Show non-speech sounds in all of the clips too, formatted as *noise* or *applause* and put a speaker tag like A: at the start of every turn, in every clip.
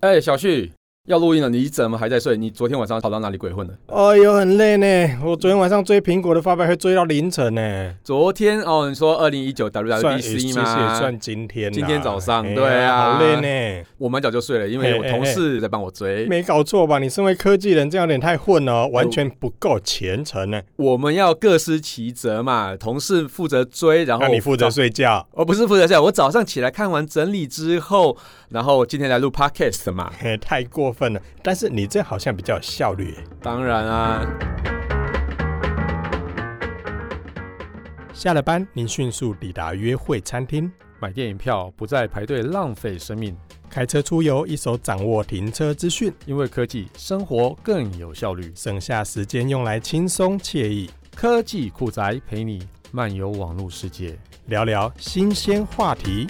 A: 哎、小旭，要录音了，你怎么还在睡？你昨天晚上跑到哪里鬼混了？
B: 哎呦，很累呢。我昨天晚上追苹果的发表会追到凌晨呢，
A: 昨天哦，你说二零一九 WWDC
B: 算也其实也
A: 嘛，
B: 算今天啦。
A: 今天早上
B: 哎呀
A: 对啊
B: 好累呢，
A: 我蛮早就睡了，因为我
B: 嘿嘿
A: 同事在帮我追。
B: 没搞错吧？你身为科技人，这样有点太混了哦，完全不够虔诚呢。
A: 我们要各司其责嘛，同事负责追，然后
B: 那你负
A: 早，
B: 责
A: 哦
B: 睡觉。
A: 我不是负责睡，我早上起来看完整理之后，然后今天来录 podcast 嘛。
B: 嘿太过分了，但是你这好像比较有效率耶。
A: 当然啊，
B: 下了班，您迅速抵达约会餐厅，
A: 买电影票不再排队浪费生命，
B: 开车出游，一手掌握停车资讯，
A: 因为科技生活更有效率。
B: 省下时间用来轻松惬意
A: 科技酷宅陪你漫游网络世界。
B: 聊聊新鲜话题。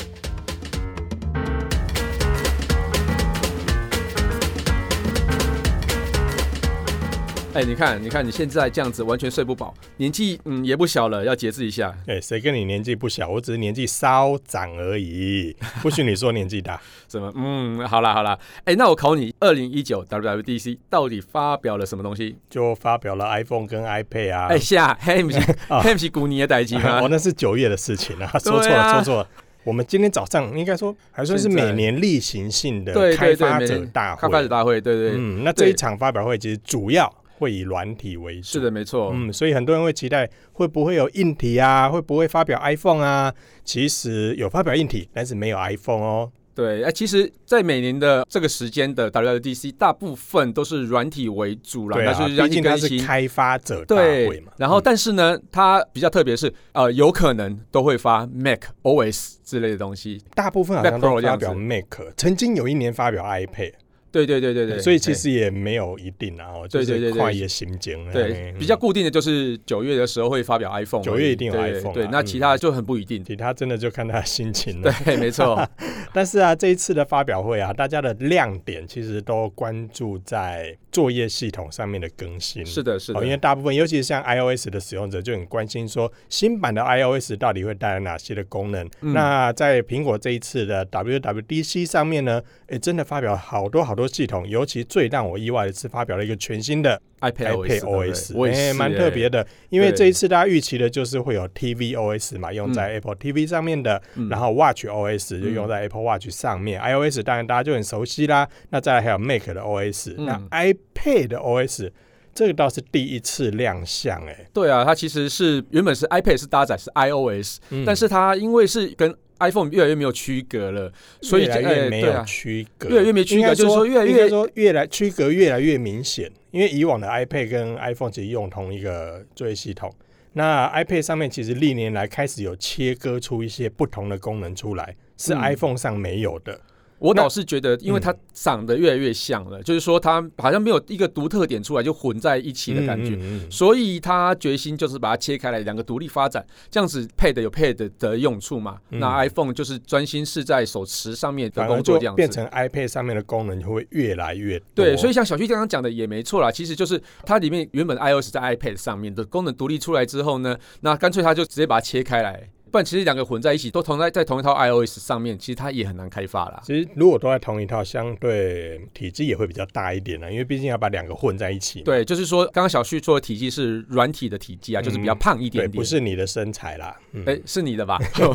A: 哎、你看，你看，你现在这样子完全睡不饱，年纪嗯也不小了，要节制一下。
B: 哎、谁跟你年纪不小？我只是年纪稍长
A: *laughs*
B: 而已，不许你说年纪大。
A: 怎么？嗯，好啦好啦。哎、那我考你，二零一九 WWDC 到底发表了什么东西？
B: 就发表了 iPhone 跟 iPad 啊。
A: 哎、下嘿
B: *laughs*
A: 不是
B: 啊
A: 嘿不是古尼的代机
B: *laughs* 哦，
A: 吗？
B: 那是九月的事情
A: *laughs*
B: 啊，说错
A: 对
B: 了，
A: 啊
B: 说错了。我们今天早上应该说还算是
A: 现在
B: 每年例行性的
A: 对
B: 开
A: 对对，
B: 发
A: 每
B: 者
A: 年
B: 大会。
A: 开发者大会，对对
B: 嗯，那这
A: 对
B: 一场发表会其实主要会以软体为主。
A: 是的，没错。
B: 嗯，所以很多人会期待会不会有硬体啊，会不会发表 iPhone 啊？其实有发表硬体，但是没有 iPhone 哦。
A: 对，哎、其实，在每年的这个时间的 WWDC，大部分都是软体为主啦，
B: 对
A: 那
B: 啊，
A: 就是让
B: 毕
A: 你
B: 竟
A: 更
B: 它是
A: 新。
B: 开发者大会
A: 对
B: 嘛，。
A: 然后
B: 嗯
A: 但是呢，它比较特别是，呃，有可能都会发 Mac OS 之类的东西。
B: 大部分好像
A: Mac Pro
B: 都
A: 这
B: 发
A: 样子
B: 表 Mac，曾经有一年发表 iPad，
A: 对对对对对，
B: 所以其
A: 嘿
B: 实也没有一定啊，哦就
A: 对对
B: 是
A: 对
B: 跨业行经。
A: 对
B: 嗯
A: 比较固定的就是九月的时候会发表 iPhone，
B: 九月一定有
A: 对对
B: iPhone 啊
A: 对，那
B: 嗯
A: 其他就很不一定。
B: 其他真的就看他的心情了。
A: 对， *laughs* 没
B: *laughs*
A: 错，
B: 但是啊，这一次的发表会啊，大家的亮点其实都关注在作业系统上面的更新。
A: 是的，是
B: 哦，因为
A: 的，
B: 大部分，尤其是像 iOS 的使用者，就很关心说新版的 iOS 到底会带来哪些的功能。
A: 嗯
B: 那在苹果这一次的 WWDC 上面呢，诶，真的发表好多好多系统，尤其最让我意外的是发表了一个全新的
A: iPad OS，对
B: iPad
A: 不对
B: OS，
A: 我也
B: 诶
A: 是
B: 哎蛮
A: 欸
B: 特别的。因为
A: 对
B: 这一次大家预期的就是会有 tvOS 嘛，用在 Apple TV 上面的，
A: 嗯
B: 然后 Watch OS 就用在 Apple Watch 上面、i o s 当然大家就很熟悉啦。那再来还有 Mac 的 OS，、
A: 嗯
B: 那 iPad 的 OS 这个倒是第一次亮相哎、
A: 对啊，它其实是原本是 iPad 是搭载是 iOS，
B: 嗯
A: 但是它因为是跟 iPhone 越来越没有区隔了，所以
B: 越来
A: 哎
B: 越没
A: 对
B: 有
A: 啊
B: 区隔，
A: 越来越没区隔
B: 应该
A: 就是说越来越
B: 应该说越来区隔越来越明显，因为以往的 iPad 跟 iPhone 其实用同一个作业系统。那 iPad 上面其实历年来开始有切割出一些不同的功能出来，是
A: 嗯
B: iPhone 上没有的。
A: 我
B: 那
A: 倒是觉得，因为它
B: 嗯
A: 长得越来越像了，就是说它好像没有一个独特点出来，就混在一起的感觉。
B: 嗯嗯嗯
A: 所以他决心就是把它切开来，两个独立发展，这样子 Pad 有 Pad 的用处嘛？
B: 嗯
A: 那 iPhone 就是专心是在手持上面的
B: 反而
A: 工作
B: 就
A: 这样
B: 变
A: 子。
B: 成 iPad 上面的功能就会越来越多。
A: 对，所以像小旭刚刚讲的也没错啦，其实就是它里面原本 iOS 在 iPad 上面的功能独立出来之后呢，那干脆它就直接把它切开来，不然其实两个混在一起，都同在在同一套 iOS 上面，其实它也很难开发啦。
B: 其实如果都在同一套，相对体积也会比较大一点呢、啊因为毕竟要把两个混在一起嘛。
A: 对，就是说刚刚小旭说的体积是软体的体积啊，就是比较胖一
B: 嗯对，
A: 点点。
B: 不，是你的身材啦。嗯
A: 哎，是你的吧？ *laughs*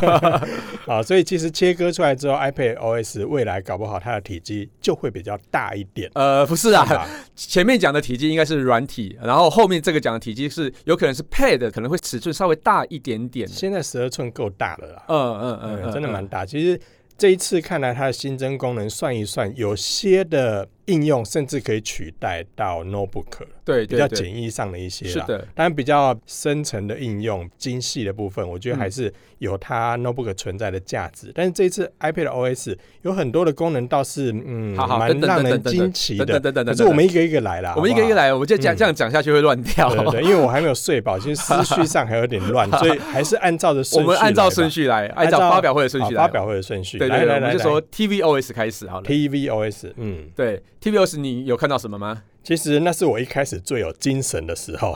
B: 啊，所以其实切割出来之后，iPad OS 未来搞不好它的体积就会比较大一点。
A: 呃，不是啊，
B: 吧
A: 前面讲的体积应该是软体，然后后面这个讲的体积是有可能是 Pad，可能会尺寸稍微大一点点。
B: 现在十二寸够大了啦，
A: 嗯嗯嗯
B: 嗯，真的蛮大。其实这一次看来，它的新增功能算一算，有些的应用甚至可以取代到 notebook，了
A: 对
B: 比
A: 对
B: 较
A: 对，
B: 简啊易上的一些
A: 是
B: 啦。
A: 的，
B: 但比较深层的应用、精细的部分，我觉得
A: 嗯
B: 还是有它 notebook 存在的价值。但是这一次 iPad OS 有很多的功能倒是嗯，
A: 好好
B: 蛮
A: 等等
B: 让人
A: 等等等
B: 惊奇
A: 等等
B: 的。
A: 等等
B: 可
A: 等
B: 是
A: 等，
B: 我们一个一个来啦，
A: 我们一个一个
B: 来。
A: 来，我们就讲
B: 嗯
A: 这样讲下去会乱掉。
B: 对对，因为我还没有睡饱，其实思绪上还有点乱，所以还是按照着
A: *laughs*
B: 顺
A: 我
B: 序。
A: 们按照顺
B: 序
A: 序来，按
B: 按照
A: 照发表会的顺序来。
B: 发表会的顺序。
A: 对
B: 来
A: 对对，
B: 来
A: 我
B: 来，
A: 们就
B: 来
A: 说 TVOS 开始好了。
B: TVOS，嗯，
A: 对 TVOS，你有看到什么吗？ *laughs*
B: 其实那是我一开始最有精神的时候，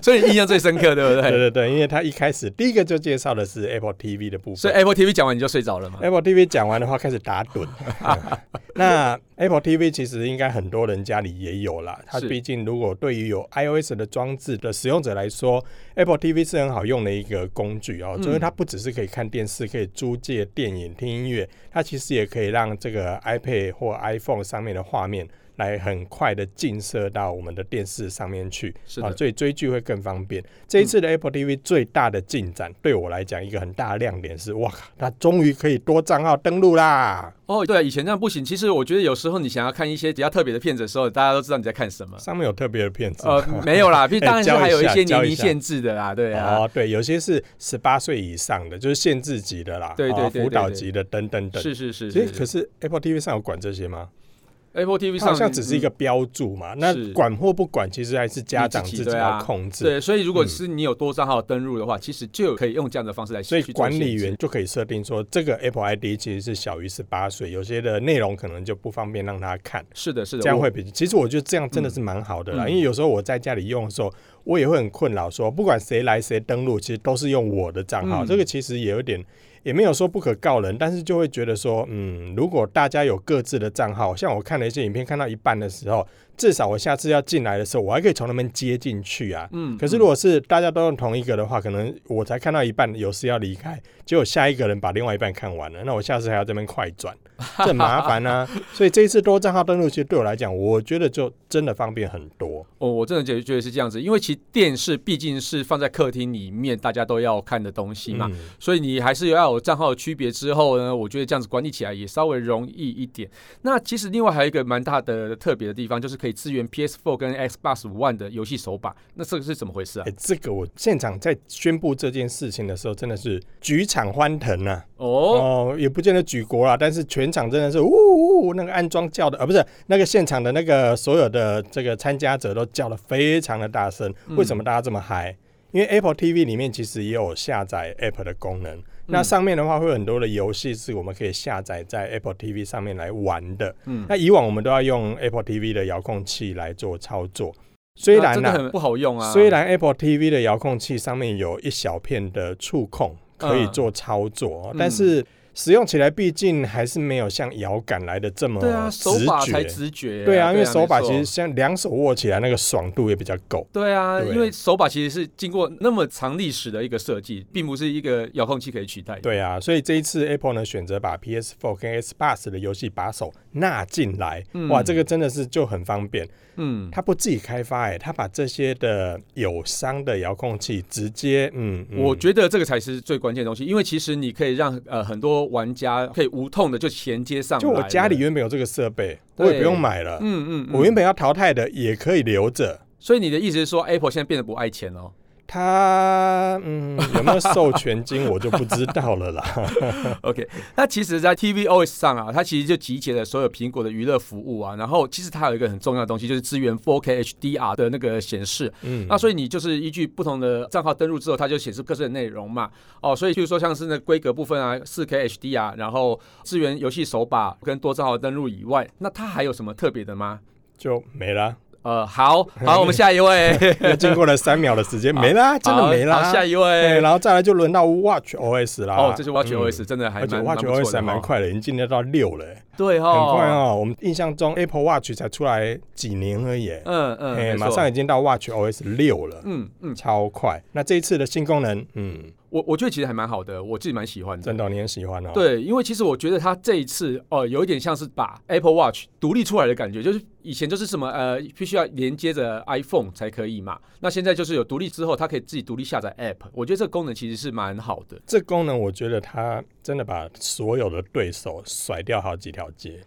A: 所以你印象最深刻，对不
B: *laughs* 对
A: 对？
B: 对对，因为他一开始第一个就介绍的是 Apple TV 的部
A: 所以。
B: 分
A: Apple TV 讲完你就睡着了嘛？
B: Apple TV 讲完的话，开始打
A: *laughs*
B: 盹。那 Apple TV 其实应该很多人家里也有啦。它
A: 是
B: 毕竟如果对于有 iOS 的装置的使用者来说，Apple TV 是很好用的一个工具哦，
A: 嗯
B: 就是它不只是可以看电视、可以租借电影、听音乐，它其实也可以让这个 iPad 或 iPhone 上面的画面来很快的映射到我们的电视上面去。
A: 是
B: 啊，
A: 的，嗯
B: 所以追剧会更方便。这一次的 Apple TV 最大的进展，对我来讲一个很大的亮点是，哇，它终于可以多账号登录啦！
A: 哦，对啊，以前这样不行。其实我觉得有时候你想要看一些比较特别的片子的时候，大家都知道你在看什么。
B: 上面有特别的片子，哦
A: 呃，没有啦，毕竟当然是
B: 哎教一
A: 还有一
B: 下
A: 些年
B: 教一
A: 龄
B: 下
A: 限制的啦，对啊。
B: 哦，对，有些是十八岁以上的，就是限制级的啦，
A: 对对对
B: 哦
A: 对
B: 辅导
A: 对
B: 级的等等等。
A: 是是是
B: 所以
A: 是
B: 可是 Apple TV 上有管这些吗？
A: Apple TV
B: 它
A: 上
B: 好像只是一个
A: 嗯
B: 标注嘛，那
A: 是
B: 管或不管，其实还是家长
A: 你自己
B: 自己
A: 对啊
B: 要控制。
A: 对，所以如果
B: 嗯
A: 是你有多账号登录的话，其实就可以用这样的方式来去
B: 所以
A: 去做
B: 管理
A: 限制
B: 员就可以设定说，这个 Apple ID 其实是小于十八岁，有些的内容可能就不方便让他看，
A: 是的是的，
B: 这样
A: 我
B: 会比其实我觉得这样真的是蛮好的啦，
A: 嗯嗯
B: 因为有时候我在家里用的时候，我也会很困扰，说不管谁来谁登录，其实都是用我的账号，
A: 嗯
B: 这个其实也有点。也没有说不可告人，但是就会觉得说，嗯，如果大家有各自的账号，像我看了一些影片，看到一半的时候，至少我下次要进来的时候，我还可以从那边接进去啊。
A: 嗯，
B: 可是如果是大家都用同一个的话，可能我才看到一半，有事要离开，结果下一个人把另外一半看完了，那我下次还要这边快
A: *laughs*
B: 转，这很麻烦啊。所以这一次多账号登录，其实对我来讲，我觉得就真的方便很多。
A: 我、哦、我真的觉得觉得是这样子，因为其实电视毕竟是放在客厅里面大家都要看的东西嘛，
B: 嗯
A: 所以你还是要有账号的区别之后呢，我觉得这样子管理起来也稍微容易一点。那其实另外还有一个蛮大的特别的地方，就是可以支援 PS4 跟 Xbox One 的游戏手把，那这个是怎么回事啊
B: 哎、？这个我现场在宣布这件事情的时候，真的是举场欢腾啊！
A: 哦，
B: 哦、也不见得举国啦，但是全场真的是呜呜呜，那个安装叫的，啊，不是那个现场的那个所有的这个参加者都叫的非常的大声。
A: 嗯
B: 为什么大家这么嗨？因为 Apple TV 里面其实也有下载 App 的功能，
A: 嗯
B: 那上面的话会有很多的游戏是我们可以下载在 Apple TV 上面来玩的。
A: 嗯，
B: 那以往我们都要用 Apple TV 的遥控器来做操作，虽然
A: 那真
B: 呢、
A: 的很不好用啊，
B: 虽然 Apple TV 的遥控器上面有一小片的触控可以做操作，
A: 嗯
B: 但是使用起来毕竟还是没有像摇杆来的这么
A: 对啊，
B: 呃直
A: 手把才
B: 觉。
A: 直觉啊，
B: 对啊，因为手把
A: 没
B: 其
A: 错
B: 实像两手握起来那个爽度也比较够。
A: 对啊，
B: 对
A: 因为手把其实是经过那么长历史的一个设计，并不是一个遥控器可以取代的。
B: 对啊，所以这一次 Apple 呢选择把 PS4 跟 Xbox 的游戏把手纳进来，
A: 嗯
B: 哇，这个真的是就很方便。
A: 嗯，
B: 他不自己开发、哎，他把这些的友商的遥控器直接，嗯，嗯
A: 我觉得这个才是最关键的东西，因为其实你可以让呃很多玩家可以无痛的就衔接上来。
B: 就我家里，原本有这个设备，我
A: 对
B: 也不用买了。
A: 嗯嗯，嗯
B: 我原本要淘汰的也可以留着。
A: 所以你的意思是说，Apple 现在变得不爱钱哦？
B: 它嗯有没有授权金我就不知道了啦。
A: OK，那其实，在 TVOS 上啊，它其实就集结了所有苹果的娱乐服务啊，然后其实它有一个很重要的东西，就是支援 4K HDR 的那个显示。
B: 嗯，
A: 那所以你就是依据不同的账号登录之后，它就显示各自的内容嘛。哦，所以譬如说像是那规格部分啊，4 K HD 啊，然后支援游戏手把跟多账号登录以外，那它还有什么特别的吗？
B: 就没啦，
A: 呃，好，
B: *laughs*
A: 好，我们下一位，
B: 又经过了三秒的时
A: *laughs*
B: 间，
A: 好
B: 没啦， *laughs* 真的
A: 好
B: 没啦
A: 好，。下一
B: 对，
A: 位。
B: 然后再来就轮到 Watch OS 啦。
A: 哦，这是 Watch
B: *laughs* 嗯
A: OS，、真的还
B: 而且
A: 蛮蛮
B: Watch
A: 不错
B: OS 还
A: 的
B: 蛮
A: 哦，
B: 快的，已经进阶到六了，欸
A: 对
B: 很
A: 哦，
B: 快，哦。我们印象中 Apple Watch 才出来几年而已，
A: 嗯嗯，
B: 哎，
A: 没
B: 马
A: 错
B: 上已经到 Watch OS 六了，
A: 嗯嗯，
B: 超快。那这一次的新功能，嗯，
A: 我我觉得其实还蛮好的，我自己蛮喜欢的
B: 郑。导你很喜欢哦。
A: 对，因为其实我觉得它这一次哦、呃有一点像是把 Apple Watch 独立出来的感觉，就是以前就是什么呃，必须要连接着 iPhone 才可以嘛，那现在就是有独立之后，它可以自己独立下载 App，我觉得这个功能其实是蛮好的。
B: 这功能我觉得它真的把所有的对手甩掉好几条街。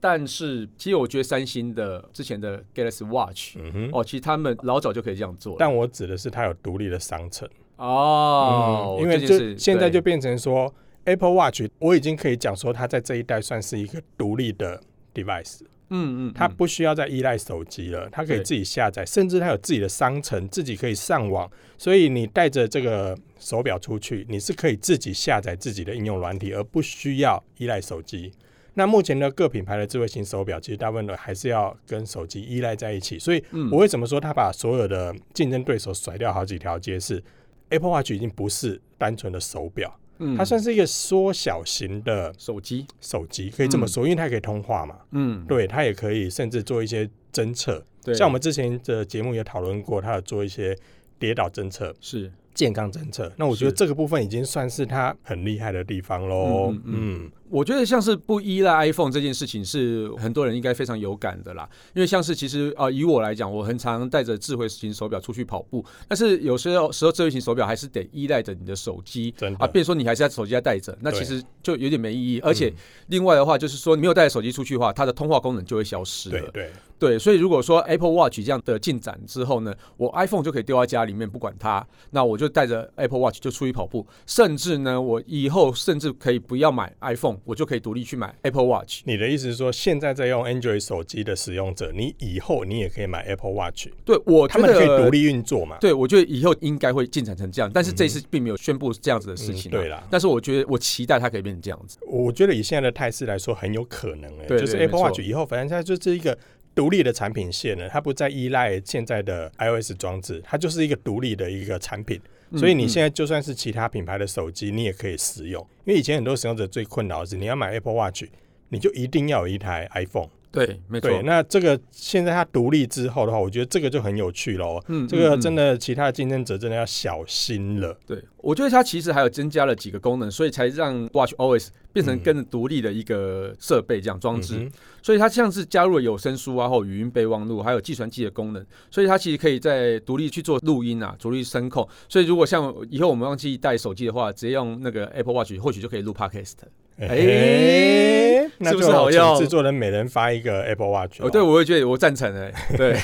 A: 但是其实我觉得三星的之前的 Galaxy Watch。
B: 嗯哼，
A: 哦，其实他们老早就可以这样做了。
B: 但我指的是它有独立的商城
A: 哦，
B: 嗯因为
A: 这件
B: 就
A: 事
B: 现在
A: 对
B: 就变成说 Apple Watch，我已经可以讲说它在这一代算是一个独立的 device，
A: 嗯嗯，
B: 它
A: 嗯
B: 不需要再依赖手机了，它可以
A: 对
B: 自己下载，甚至它有自己的商城，自己可以上网。所以你带着这个手表出去，你是可以自己下载自己的应用软体，而不需要依赖手机。那目前的各品牌的智慧型手表，其实大部分都还是要跟手机依赖在一起。所以
A: 嗯
B: 我为什么说它把所有的竞争对手甩掉好几条街是？Apple Watch 已经不是单纯的手表，
A: 嗯
B: 它算是一个缩小型的
A: 手机，
B: 手机，可以这么说，因为它可以通话嘛，
A: 嗯，
B: 对，它也可以甚至做一些侦测，
A: 对，
B: 像我们之前的节目也讨论过，它有做一些跌倒侦测、
A: 是
B: 健康侦测。那我觉得
A: 是
B: 这个部分已经算是它很厉害的地方喽。
A: 嗯
B: 嗯
A: 嗯我觉得像是不依赖 iPhone 这件事情是很多人应该非常有感的啦，因为像是其实呃以我来讲，我很常带着智慧型手表出去跑步，但是有时候时候智慧型手表还是得依赖着你的手机
B: 真的
A: 啊，变成说你还是在手机在带着，那
B: 对嗯
A: 其实就有点没意义。而且另外的话就是说，你没有带着手机出去的话，它的通话功能就会消失
B: 对
A: 了。
B: 对，
A: 对，所以如果说 Apple Watch 这样的进展之后呢，我 iPhone 就可以丢在家里面不管它，那我就带着 Apple Watch 就出去跑步，甚至呢，我以后甚至可以不要买 iPhone，我就可以独立去买 Apple Watch。
B: 你的意思是说，现在在用 Android 手机的使用者，你以后你也可以买 Apple Watch，
A: 对，我
B: 他
A: 觉
B: 们可以独
A: 得。
B: 立啊运作嘛？
A: 对，我觉得以后应该会进展成这样，但是这一次并没有宣布这样子的事情、啊
B: 嗯对啦
A: 但是我觉得我期待它可以变成这样子。
B: 我觉得以现在的态势来说，很有可能哎、
A: 对
B: 就是
A: 对
B: Apple
A: 没错
B: Watch 以后，反正它就是一个独立的产品线了，它不再依赖现在的 iOS 装置，它就是一个独立的一个产品。
A: 嗯
B: 所以你现在就算是其他品牌的手机，你也可以使用。因为以前很多使用者最困扰的是，你要买 Apple Watch，你就一定要有一台 iPhone。
A: 对，没错
B: 对，，那这个现在它独立之后的话，我觉得这个就很有趣喽。
A: 嗯
B: 这个
A: 嗯嗯
B: 真的，其他的竞争者真的要小心了。
A: 对，我觉得它其实还有增加了几个功能，所以才让 Watch OS 变成
B: 嗯
A: 更独立的一个设备这样装置。
B: 嗯哼
A: 所以它像是加入了有声书啊，或语音备忘录，还有计算机的功能，所以它其实可以在独立去做录音啊，独立声控。所以如果像以后我们忘记带手机的话，直接用那个 Apple Watch，或许就可以录 Podcast。哎
B: 哎，
A: 是
B: 那就
A: 不是好用
B: 请制作人每人发一个 Apple Watch
A: 哦，对，我会觉得我赞成哎、对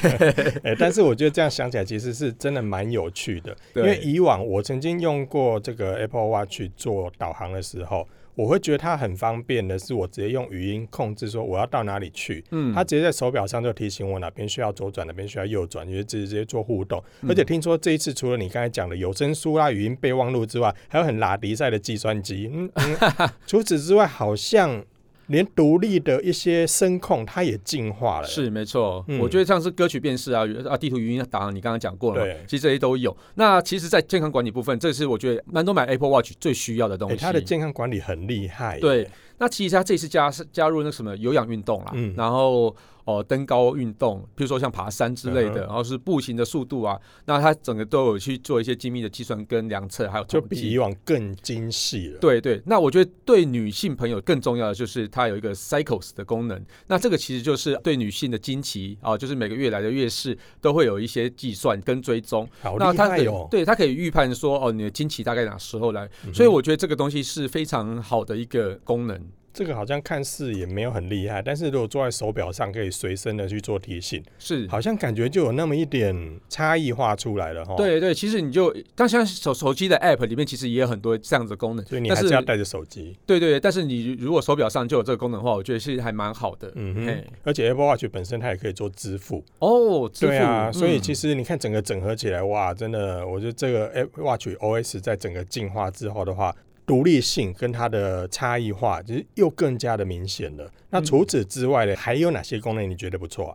B: 哎，但是我觉得这样想起来，其实是真的蛮有趣的。因
A: 对
B: 为以往我曾经用过这个 Apple Watch 做导航的时候，我会觉得它很方便的是，我直接用语音控制说我要到哪里去，
A: 嗯
B: 它直接在手表上就提醒我哪边需要左转，哪边需要右转，因为直接做互动。
A: 嗯
B: 而且听说这一次除了你刚才讲的有声书啦、语音备忘录之外，还有很拉迪赛的计算机。嗯
A: *laughs*
B: 嗯，除此之外，好像连独立的一些声控它也进化了。
A: 是没错，
B: 嗯
A: 我觉得像是歌曲辨识啊、啊地图语音导航，你刚刚讲过了嘛
B: 对，
A: 其实这些都有。那其实，在健康管理部分，这是我觉得蛮多买 Apple Watch 最需要的东
B: 哎、
A: 西。
B: 它的健康管理很厉害耶。
A: 对那其实他这次加加入那什么有氧运动啦，
B: 嗯
A: 然后哦、呃登高运动，比如说像爬山之类
B: 嗯
A: 的，
B: 哼
A: 然后是步行的速度啊，那他整个都有去做一些精密的计算跟量测，还有
B: 就
A: 统
B: 比
A: 计
B: 以。往更精细了。
A: 对对，那我觉得对女性朋友更重要的就是它有一个 cycles 的功能，那这个其实就是对女性的经期啊、就是每个月来的月事都会有一些计算跟追踪。
B: 好
A: 那
B: 厉
A: 它
B: 害
A: 可以
B: 哦！嗯
A: 对它可以预判说哦，你的经期大概哪时候来，所以我觉得这个东西是非常好的一个功能。
B: 这个好像看似也没有很厉害，但是如果做在手表上，可以随身的去做提醒，
A: 是，
B: 好像感觉就有那么一点差异化出来了哈。，
A: 对对，其实你就，但像手手机的 App 里面其实也有很多这样子的功能，
B: 所以你
A: 但
B: 还是要带着手机。
A: 对对，但是你如果手表上就有这个功能的话，我觉得是还蛮好的。嘿
B: 嗯哼，而且 Apple Watch 本身它也可以做支付，
A: 哦，支付
B: 对啊，所以其
A: 实、
B: 实你看整个整合起来，哇，真的，我觉得这个 Apple Watch OS 在整个进化之后的话，独立性跟它的差异化，就是又更加的明显了。那
A: 嗯
B: 除此之外呢，还有哪些功能你觉得不错啊？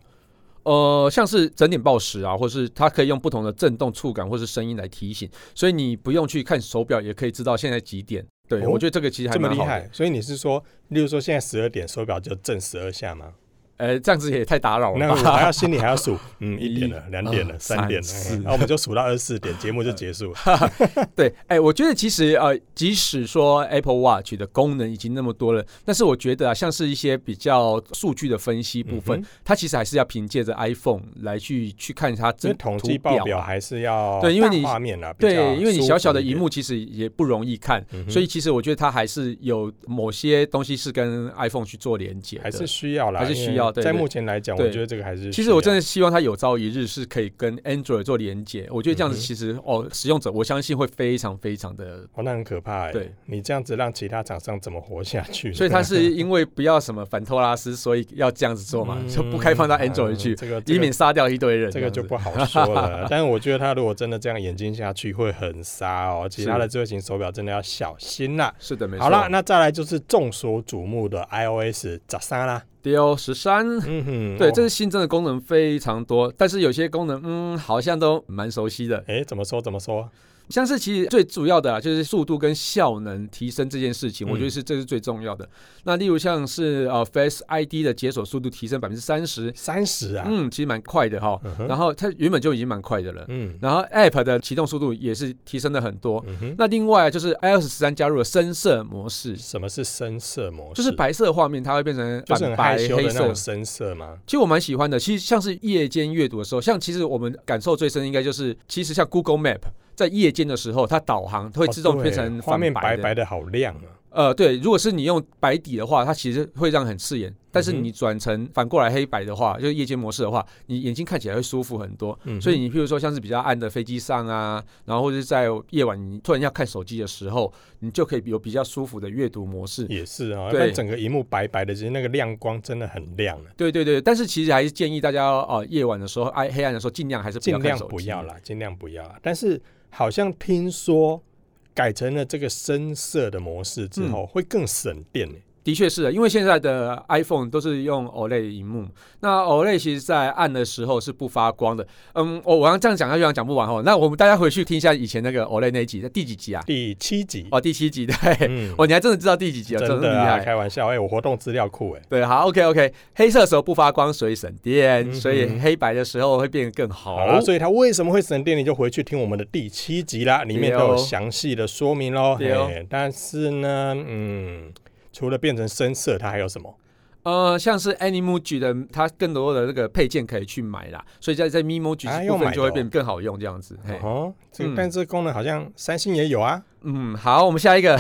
A: 呃，像是整点报时啊，或是它可以用不同的震动、触感或是声音来提醒，所以你不用去看手表也可以知道现在几点。对，
B: 哦
A: 我觉得这个其实还
B: 这么
A: 蛮
B: 厉
A: 好的。
B: 害，所以你是说，例如说现在十二点手表就震十二下吗？
A: 呃，这样子也太打扰了
B: 那我
A: 吧？
B: 还要心里还要数，
A: *laughs*
B: 嗯，
A: 一
B: 一点了，两点了，
A: 二
B: 三点了，
A: 三
B: 嗯那我们就数到二十四点，节目就结束了。
A: 对，哎、我觉得其实呃，即使说 Apple Watch 的功能已经那么多了，但是我觉得啊，像是一些比较数据的分析部分，
B: 嗯哼
A: 它其实还是要凭借着 iPhone 来去去看它
B: 所
A: *laughs* 这啊
B: 以统计报表还是要
A: 对因为你
B: 大画面啊啦，比较
A: 对，因为你小小的
B: 舒服一
A: 荧
B: 点，
A: 幕其实也不容易看，
B: 嗯哼
A: 所以其实我觉得它还是有某些东西是跟 iPhone 去做连接的，
B: 还是需要啦，
A: 还是需要道对
B: 在
A: 对
B: 目前来讲，
A: 对
B: 我觉得这个还是啊
A: 其实我真
B: 的
A: 的希望它有朝一日是可以跟 Android 做连接，我觉得这样子
B: 嗯哼
A: 其实、哦，使用者我相信会非常非常的。
B: 哦，那很可怕哎。
A: 对，
B: 你这样子让其他厂商怎么活下去？
A: 所以它
B: *laughs*
A: 是因为不要什么反托拉斯，所以要这样子做嘛，
B: 嗯
A: 就不开放到 Android 去
B: 嗯，这个这
A: 以
B: 个
A: 免杀掉一堆人。
B: 这个就
A: 样子
B: 不好说了。但是我觉得他如果真的这样眼睛下去，会很杀哦。其他的智慧型手表真的要小心啦。
A: 是的，没错。
B: 好啦，那再来就是众所瞩目的 iOS 十三啦。
A: DO 十三，
B: 嗯哼，
A: 对，
B: 哦
A: 这是新增的功能非常多，但是有些功能嗯，好像都蛮熟悉的，
B: 哎，怎么说怎么说？
A: 像是其实最主要的啊，就是速度跟效能提升这件事情，
B: 嗯
A: 我觉得是这是最重要的。那例如像是呃 Face ID 的解锁速度提升百分之三十，
B: 三十啊，
A: 嗯，其实蛮快的哈。
B: 嗯哼
A: 然后它原本就已经蛮快的了，
B: 嗯
A: 然后 App 的启动速度也是提升了很多。
B: 嗯哼，
A: 那另外就是 iOS 十三加入了深色模式，
B: 什么是深色模
A: 就
B: 式？
A: 是白色画面它会变成
B: 就是很
A: 反
B: 害
A: 白
B: 羞
A: 黑
B: 的那
A: 色
B: 种。深色吗？
A: 其实我蛮喜欢的。其实像是夜间阅读的时候，像其实我们感受最深应该就是，其实像 Google Map 在夜间的时候，它导航会
B: 哦
A: 自动
B: 对
A: 变成
B: 画
A: 反
B: 面
A: 白
B: 白
A: 的。
B: 白的好亮啊。
A: 呃，对，如果是你用白底的话，它其实会让很刺眼；但是
B: 嗯哼
A: 你转成反过来黑白的话，就是夜间模式的话，你眼睛看起来会舒服很多。
B: 嗯哼，
A: 所以你譬如说像是比较暗的飞机上啊，然后或者是在夜晚你突然要看手机的时候，你就可以有比较舒服的阅读模式。
B: 也是啊，
A: 对
B: 但整个荧幕白白的，其实那个亮光真的很亮啊。
A: 对对对，但是其实还是建议大家呃夜晚的时候，哎黑暗的时候，尽量还是不要
B: 尽
A: 看
B: 量
A: 手机。
B: 不要啦，尽量不要啦。但是好像听说改成了这个深色的模式之
A: 嗯
B: 后，会更省电呢、
A: 的确是的，啊因为现在的 iPhone 都是用 OLED 荧幕，那 OLED 其实在暗的时候是不发光的。嗯，我我要这样讲下去，好像讲不完哦。那我们大家回去听一下以前那个 OLED 那一集，第几集啊？
B: 第七集，
A: 哦，第七集对。
B: 嗯，
A: 哦，你还真的知道第几集哦，
B: 真
A: 么厉
B: 的啊，
A: 害。
B: 开玩笑，哎、我活动资料库哎、
A: 对，好，OK OK，黑色的时候不发光，所以省电，
B: 嗯哼
A: 所以黑白的时候会变得更好。
B: 好啦，所以它为什么会省电？你就回去听我们的第七集啦，里面都有详细的说明喽。
A: 哦对哦
B: 嘿但是呢，嗯，除了变成深色，它还有什么？
A: 呃，像是 Animoji 的，它更多的那个配件可以去买啦，所以在在 Mimoji
B: 啊
A: 部
B: 要买的
A: 分
B: 哦
A: 就会变得更好用这样子。嘿
B: 哦，这个
A: 嗯
B: 但这个功能好像三星也有啊。
A: 嗯，好，我们下一个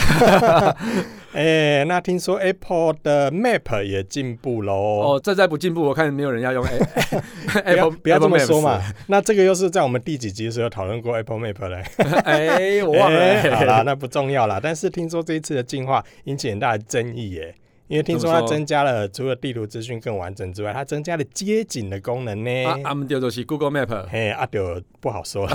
B: 哎、那听说 Apple 的 Map 也进步喽。
A: 哦，这再不进步，我看没有人要用 A-
B: *laughs* 不要
A: Apple，
B: 不要这么
A: Apple
B: 说
A: Maps
B: 嘛
A: 了。。
B: 那这个又是在我们第几集的时候讨论过 Apple Map 嘞？
A: 哎， *laughs* 我忘了。
B: 哎好啦，
A: 哎
B: 那不重要啦。但是听说这一次的进化引起很大的争议耶，因为听说
A: 怎
B: 它
A: 么说
B: 增加了除了地图资讯更完整之外，它增加了街景的功能呢。
A: 啊，阿姆丢就是 Google Map。
B: 嘿，阿、啊、就不好
A: *laughs*
B: 说了。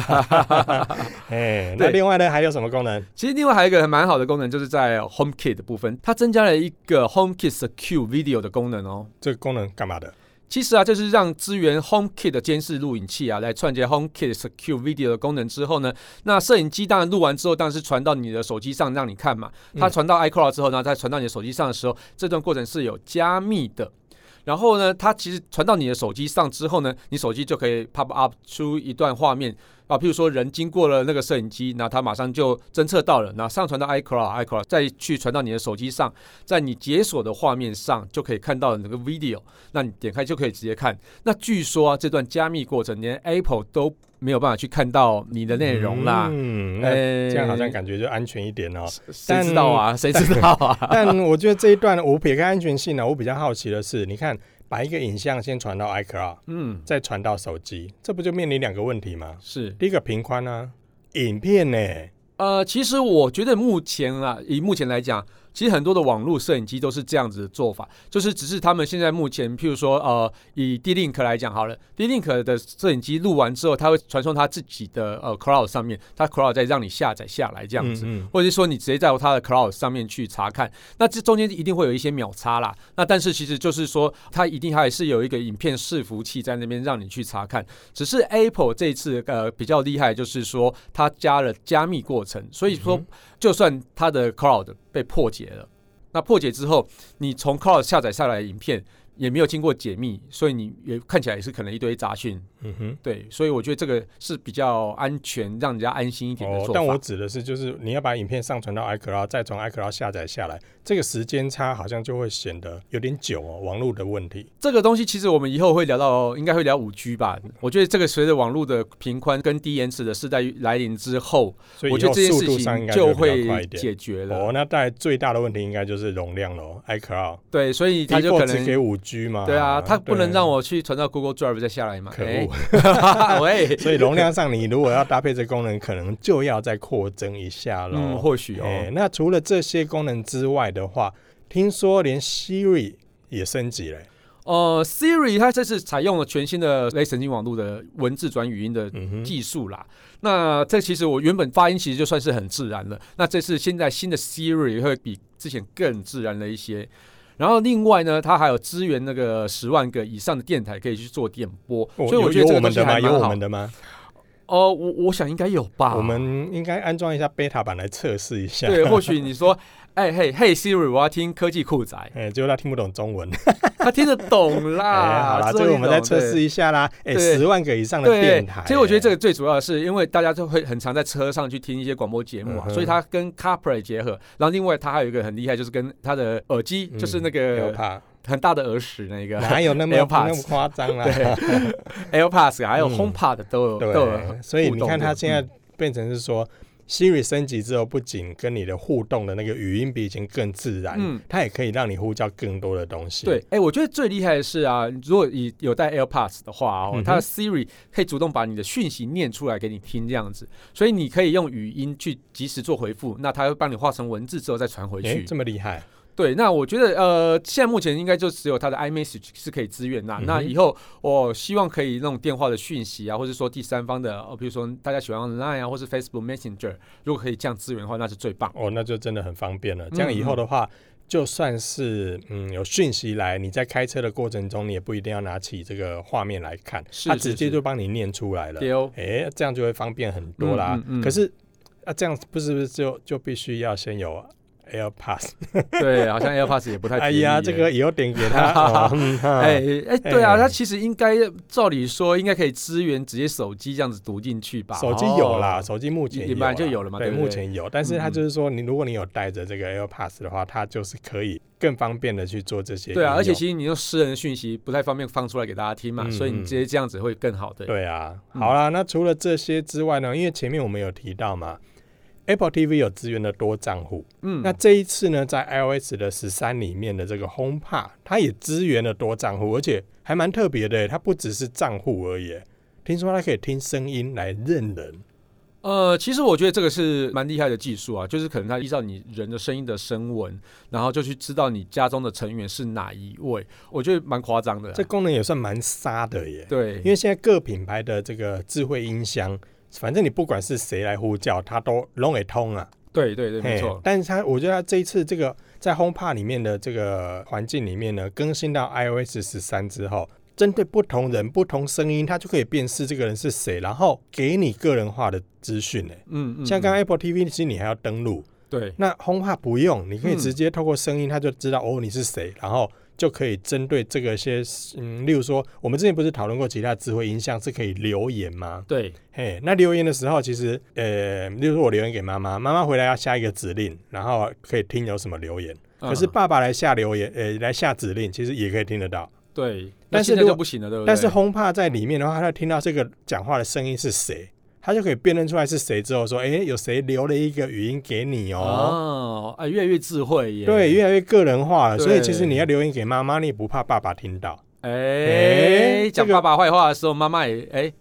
B: 嘿，那
A: 对
B: 另外呢还有什么功能？
A: 其实另外还有一个蛮好的功能，就是在 HomeKit 的部分，它增加了一个 HomeKit Secure Video 的功能哦。
B: 这个功能干嘛的？
A: 其实啊，就是让支援 HomeKit 的监视录影器啊，来串接 HomeKit Secure Video 的功能之后呢，那摄影机当然录完之后，当然是传到你的手机上让你看嘛。它
B: 嗯
A: 传到 iCloud 之后呢，再传到你的手机上的时候，这段过程是有加密的。然后呢，它其实传到你的手机上之后呢，你手机就可以 pop up 出一段画面啊，譬如说人经过了那个摄影机，那它马上就侦测到了，那上传到 iCloud，iCloud 再去传到你的手机上，在你解锁的画面上就可以看到那个 video。那你点开就可以直接看。那据说啊，这段加密过程连 Apple 都没有办法去看到你的内容啦。
B: 嗯，那
A: 哎，
B: 这样好像感觉就安全一点哦。
A: 谁知道啊？谁知道啊？
B: *laughs* 但我觉得这一段我撇开安全性呢、我比较好奇的是，你看把一个影像先传到 iCloud，
A: 嗯，
B: 再传到手机，这不就面临两个问题吗？
A: 是。
B: 第一个频宽啊，影片呢、
A: 呃，其实我觉得目前啊，以目前来讲，其实很多的网络摄影机都是这样子的做法，就是只是他们现在目前，譬如说呃，以 D-Link 来讲好了，D-Link 的摄影机录完之后，它会传送它自己的呃 Cloud 上面，它 Cloud 再让你下载下来这
B: 这
A: 样子。
B: 嗯
A: 或者是说你直接在它的 Cloud 上面去查看，那这中间一定会有一些秒差啦。那但是其实就是说，它一定还是有一个影片伺服器在那边让你去查看。只是 Apple 这一次呃比较厉害，就是说它加了加密过程，所以说
B: 嗯
A: 就算它的 Cloud 被破解了，那破解之后，你从 Cloud 下载下来的影片。也没有经过解密，所以你也看起来也是可能一堆杂讯，
B: 嗯哼。
A: 对，所以我觉得这个是比较安全，让人家安心一点的
B: 哦
A: 做，法。
B: 但我指的是，就是你要把影片上传到 iCloud，再从 iCloud 下载下来，这个时间差好像就会显得有点久哦。网络的问题，
A: 这个东西其实我们以后会聊到，应该会聊五 G 吧。我觉得这个随着网络的频宽跟低延迟的时代来临之后，
B: 所以
A: 我
B: 以
A: 觉
B: 后
A: 得这件
B: 速
A: 事
B: 度上
A: 情
B: 应该
A: 就
B: 会比较快
A: 会
B: 一点。
A: 解决了。
B: 哦，那带来最大的问题应该就是容量喽，iCloud。
A: 对，所以它就
B: iPhone
A: 可
B: 只给
A: 能
B: 五 G 嘛。
A: 对啊，它不能让
B: 我。
A: 我去传到 Google Drive 再下来嘛。
B: 可
A: 哎 *laughs*
B: 恶，
A: 喂，
B: *laughs* 所以容量上你如果要搭配这功能，可能就要再扩增一下喽。
A: 嗯，或许
B: 哎
A: 哦，
B: 那除了这些功能之外的话，听说连 Siri 也升级了、
A: 呃，Siri 它这次采用了全新的类神经网络的文字转语音的
B: 嗯哼，
A: 技术啦。那这其实我原本发音其实就算是很自然了。那这次现在新的 Siri 会比之前更自然了一些。然后另外呢，它还有支援那个十万个以上的电台可以去做电波，
B: 哦
A: 所以我
B: 有
A: 觉得
B: 有
A: 这个
B: 我
A: 东
B: 们
A: 西
B: 的吗？
A: 还
B: 有
A: 蛮
B: 我
A: 好
B: 们。的吗？
A: 哦，我我想应该有吧。
B: 我们应该安装一下 beta 版来测试一下。 *laughs*
A: 对，或许你说，哎嘿嘿 Siri，我要听科技酷宅，
B: 哎，结果他听不懂中文。
A: 他听得懂
B: *laughs* 哎，
A: 啦。
B: 好啦，
A: 这
B: 这个我们再测
A: 一
B: 试一下啦。哎，
A: 对
B: 十万个以上的
A: 对
B: 电台，，
A: 其实我觉得这
B: 个
A: 个最主要的是，因为大家都会很常在车上去听一些广播节目啊，
B: 嗯哼
A: 所以它跟 CarPlay 结合，然后另外它还有一个很厉害，就是跟它的耳机，
B: 嗯
A: 就是那个 *laughs* 很大的耳屎那个
B: 哪有那么
A: AirPods
B: 那么夸张啦？
A: *laughs*
B: *laughs*
A: AirPods，还有啊
B: 嗯
A: HomePod 都有、都有
B: 对，所以
A: 互
B: 你
A: 动
B: 看
A: 的
B: 它现在变成是说、s i r i 升级之后，不仅跟你的互动的那个语音比以前更自然，
A: 嗯
B: 它也可以让你呼叫更多的东西。
A: 对，，哎、我觉得最厉害的是啊，如果你有带 AirPods 的话哦，
B: 嗯哼
A: 它的 Siri 可以主动把你的讯息念出来给你听，这样子，所以你可以用语音去及时做回复，那它会帮你化成文字之后再传回
B: 哎、
A: 去。
B: 这么厉害，
A: 对，那我觉得呃，现在目前应该就只有它的 iMessage 是可以支援啦。
B: 嗯哼
A: 那以后我希望可以那种电话的讯息啊，或者说第三方的，呃，比如说大家喜欢用 Line 啊，或是 Facebook Messenger，如果可以这样支援的话，那是最棒。
B: 哦，那就真的很方便了。这样
A: 嗯
B: 以后的话。就算是嗯有讯息来，你在开车的过程中，你也不一定要拿起这个画面来看，
A: 是
B: 它
A: 是
B: 直接
A: 是
B: 就帮你念出来了。
A: 对哦，
B: 哎、这样就会方便很多啦。
A: 嗯嗯嗯
B: 可是啊，这样不是不是就就必须要先有 AirPods
A: *laughs* 对，好像 AirPods 也不太
B: 哎
A: 便宜
B: 呀，
A: 耶
B: 这个以后点给
A: *laughs*
B: 他。哦嗯哈
A: 哎哎，对啊，
B: 哎
A: 它其实应该照理说应该可以支援直接手机这样子读进去吧？
B: 手机有啦，
A: 哦
B: 手机目前
A: 也
B: 有
A: 也本来就
B: 啦
A: 有了嘛
B: 对，
A: 对不嗯对
B: 目前有，但是它就是说，你如果你有带着这个 AirPods 的话，它就是可以更方便的去做这些应用。
A: 对啊，而且其实你用私人的讯息不太方便放出来给大家听嘛，
B: 嗯
A: 所以你
B: 嗯
A: 直接这样子会更好的。
B: 对啊，
A: 嗯
B: 好啦，那除了这些之外呢，因为前面我们有提到嘛。Apple TV 有资源的多账户，
A: 嗯，
B: 那这一次呢，在 iOS 的十三里面的这个 HomePod，它也支援了多账户，而且还蛮特别的，它不只是账户而已，听说它可以听声音来认人，
A: 呃，其实我觉得这个是蛮厉害的技术啊，就是可能它依照你人的声音的声纹，然后就去知道你家中的成员是哪一位，我觉得蛮夸张的啊、
B: 这功能也算蛮杀的耶。
A: 对，
B: 因为现在各品牌的这个智慧音箱，反正你不管是谁来呼叫，它都拢会通啊。
A: 对对对，没
B: 嘿
A: 错，
B: 但是它，我觉得它这一次这个在 HomePod 里面的这个环境里面呢，更新到 iOS 十三之后，针对不同人、不同声音，它就可以辨识这个人是谁，然后给你个人化的资讯呢。
A: 嗯嗯，
B: 像刚刚
A: 嗯
B: Apple TV，其实你还要登录，
A: 对，
B: 那 HomePod 不用，你可以
A: 嗯
B: 直接透过声音，它就知道、哦你是谁，然后就可以针对这个些嗯，例如说我们之前不是讨论过其他智慧音箱是可以留言吗？
A: 对，
B: 嘿，那留言的时候，其实呃，例如说我留言给妈妈，妈妈回来要下一个指令，然后可以听有什么留言。可是
A: 嗯
B: 爸爸来下留言，呃，来下指令，其实也可以听得到。
A: 对，那
B: 但是
A: 现在
B: 如
A: 就
B: 果
A: 不行了，对不对？
B: 但是 HomePod 在里面的话，他听到这个讲话的声音是谁，他就可以辨认出来是谁之后说，哎、有谁留了一个语音给你哦
A: 哦，哎，越来越智慧耶，
B: 对，，越来越个人化了。
A: 对
B: 所以其实你要留言给妈妈，你也不怕爸爸听到，
A: *laughs* 哎，
B: 哎
A: 讲
B: 这
A: 爸
B: 个
A: 爸坏话的时候，妈妈也哎，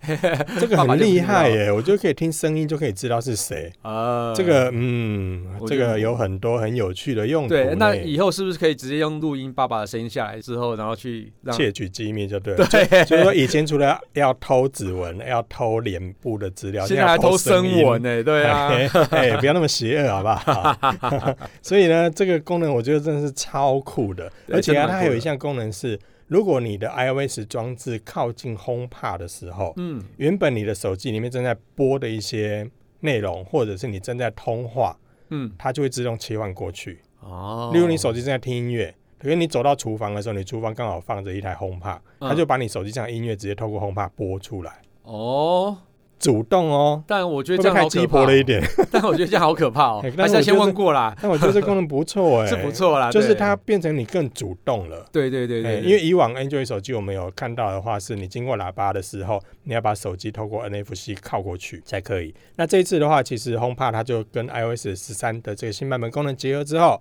B: 这个
A: 爸爸
B: 很
A: 就
B: 厉
A: 听到
B: 害耶！我就可以听声音就可以知道是谁。
A: 呃，
B: 这个嗯，
A: 我
B: 这
A: 觉得
B: 个有很多很有趣的用途呢。
A: 对，那以后是不是可以直接用录音爸爸的声音下来之后，然后去让
B: 窃取机密就对了。
A: *laughs* 对，
B: 所以说以前除了要偷
A: *laughs*
B: 指纹，要偷脸部的资料，
A: 现
B: 在
A: 在还
B: 要
A: 偷
B: 声
A: 声
B: 音
A: 纹。呢，对啊，
B: 哎、哎不要那么邪
A: *laughs*
B: 恶，好不好？所以呢，这个功能我觉得真的是超酷的，
A: 对
B: 而且
A: 真
B: 啊，
A: 的蛮
B: 它还有
A: 酷的
B: 一项功能是，如果你的 iOS 装置靠近 HomePod 的时候，
A: 嗯。
B: 原本你的手机里面正在播的一些内容，或者是你正在通话，
A: 嗯，
B: 它就会自动切换过去。
A: 哦，
B: 例如你手机正在听音乐，可是你走到厨房的时候，你厨房刚好放着一台 HomePod，、
A: 嗯
B: 它就把你手机上的音乐直接透过 HomePod 播出来，
A: 哦，
B: 主动哦。
A: 但我觉
B: 会
A: 得
B: 不
A: 这
B: 会
A: 样好可
B: 太鸡
A: 怕
B: 婆了一点？
A: 哦， *laughs* 但我觉得这样好可怕哦
B: 哎。
A: 还是
B: 但是我
A: 要
B: 觉
A: 先
B: 得
A: 问
B: 这
A: 过啦，
B: 但我觉得这功能不错
A: *laughs*
B: 哎、
A: 是不，错啦，
B: 就是
A: 对
B: 它，变成你更主动了。
A: 对对对
B: 哎
A: 对，
B: 因为以往 Android 手机我们有看到的话，是你经过喇叭的时候，你要把手机透过 NFC 靠过去才可以。那这一次的话，其实 HomePod 它就跟 iOS 十三的这个新版本功能结合之后，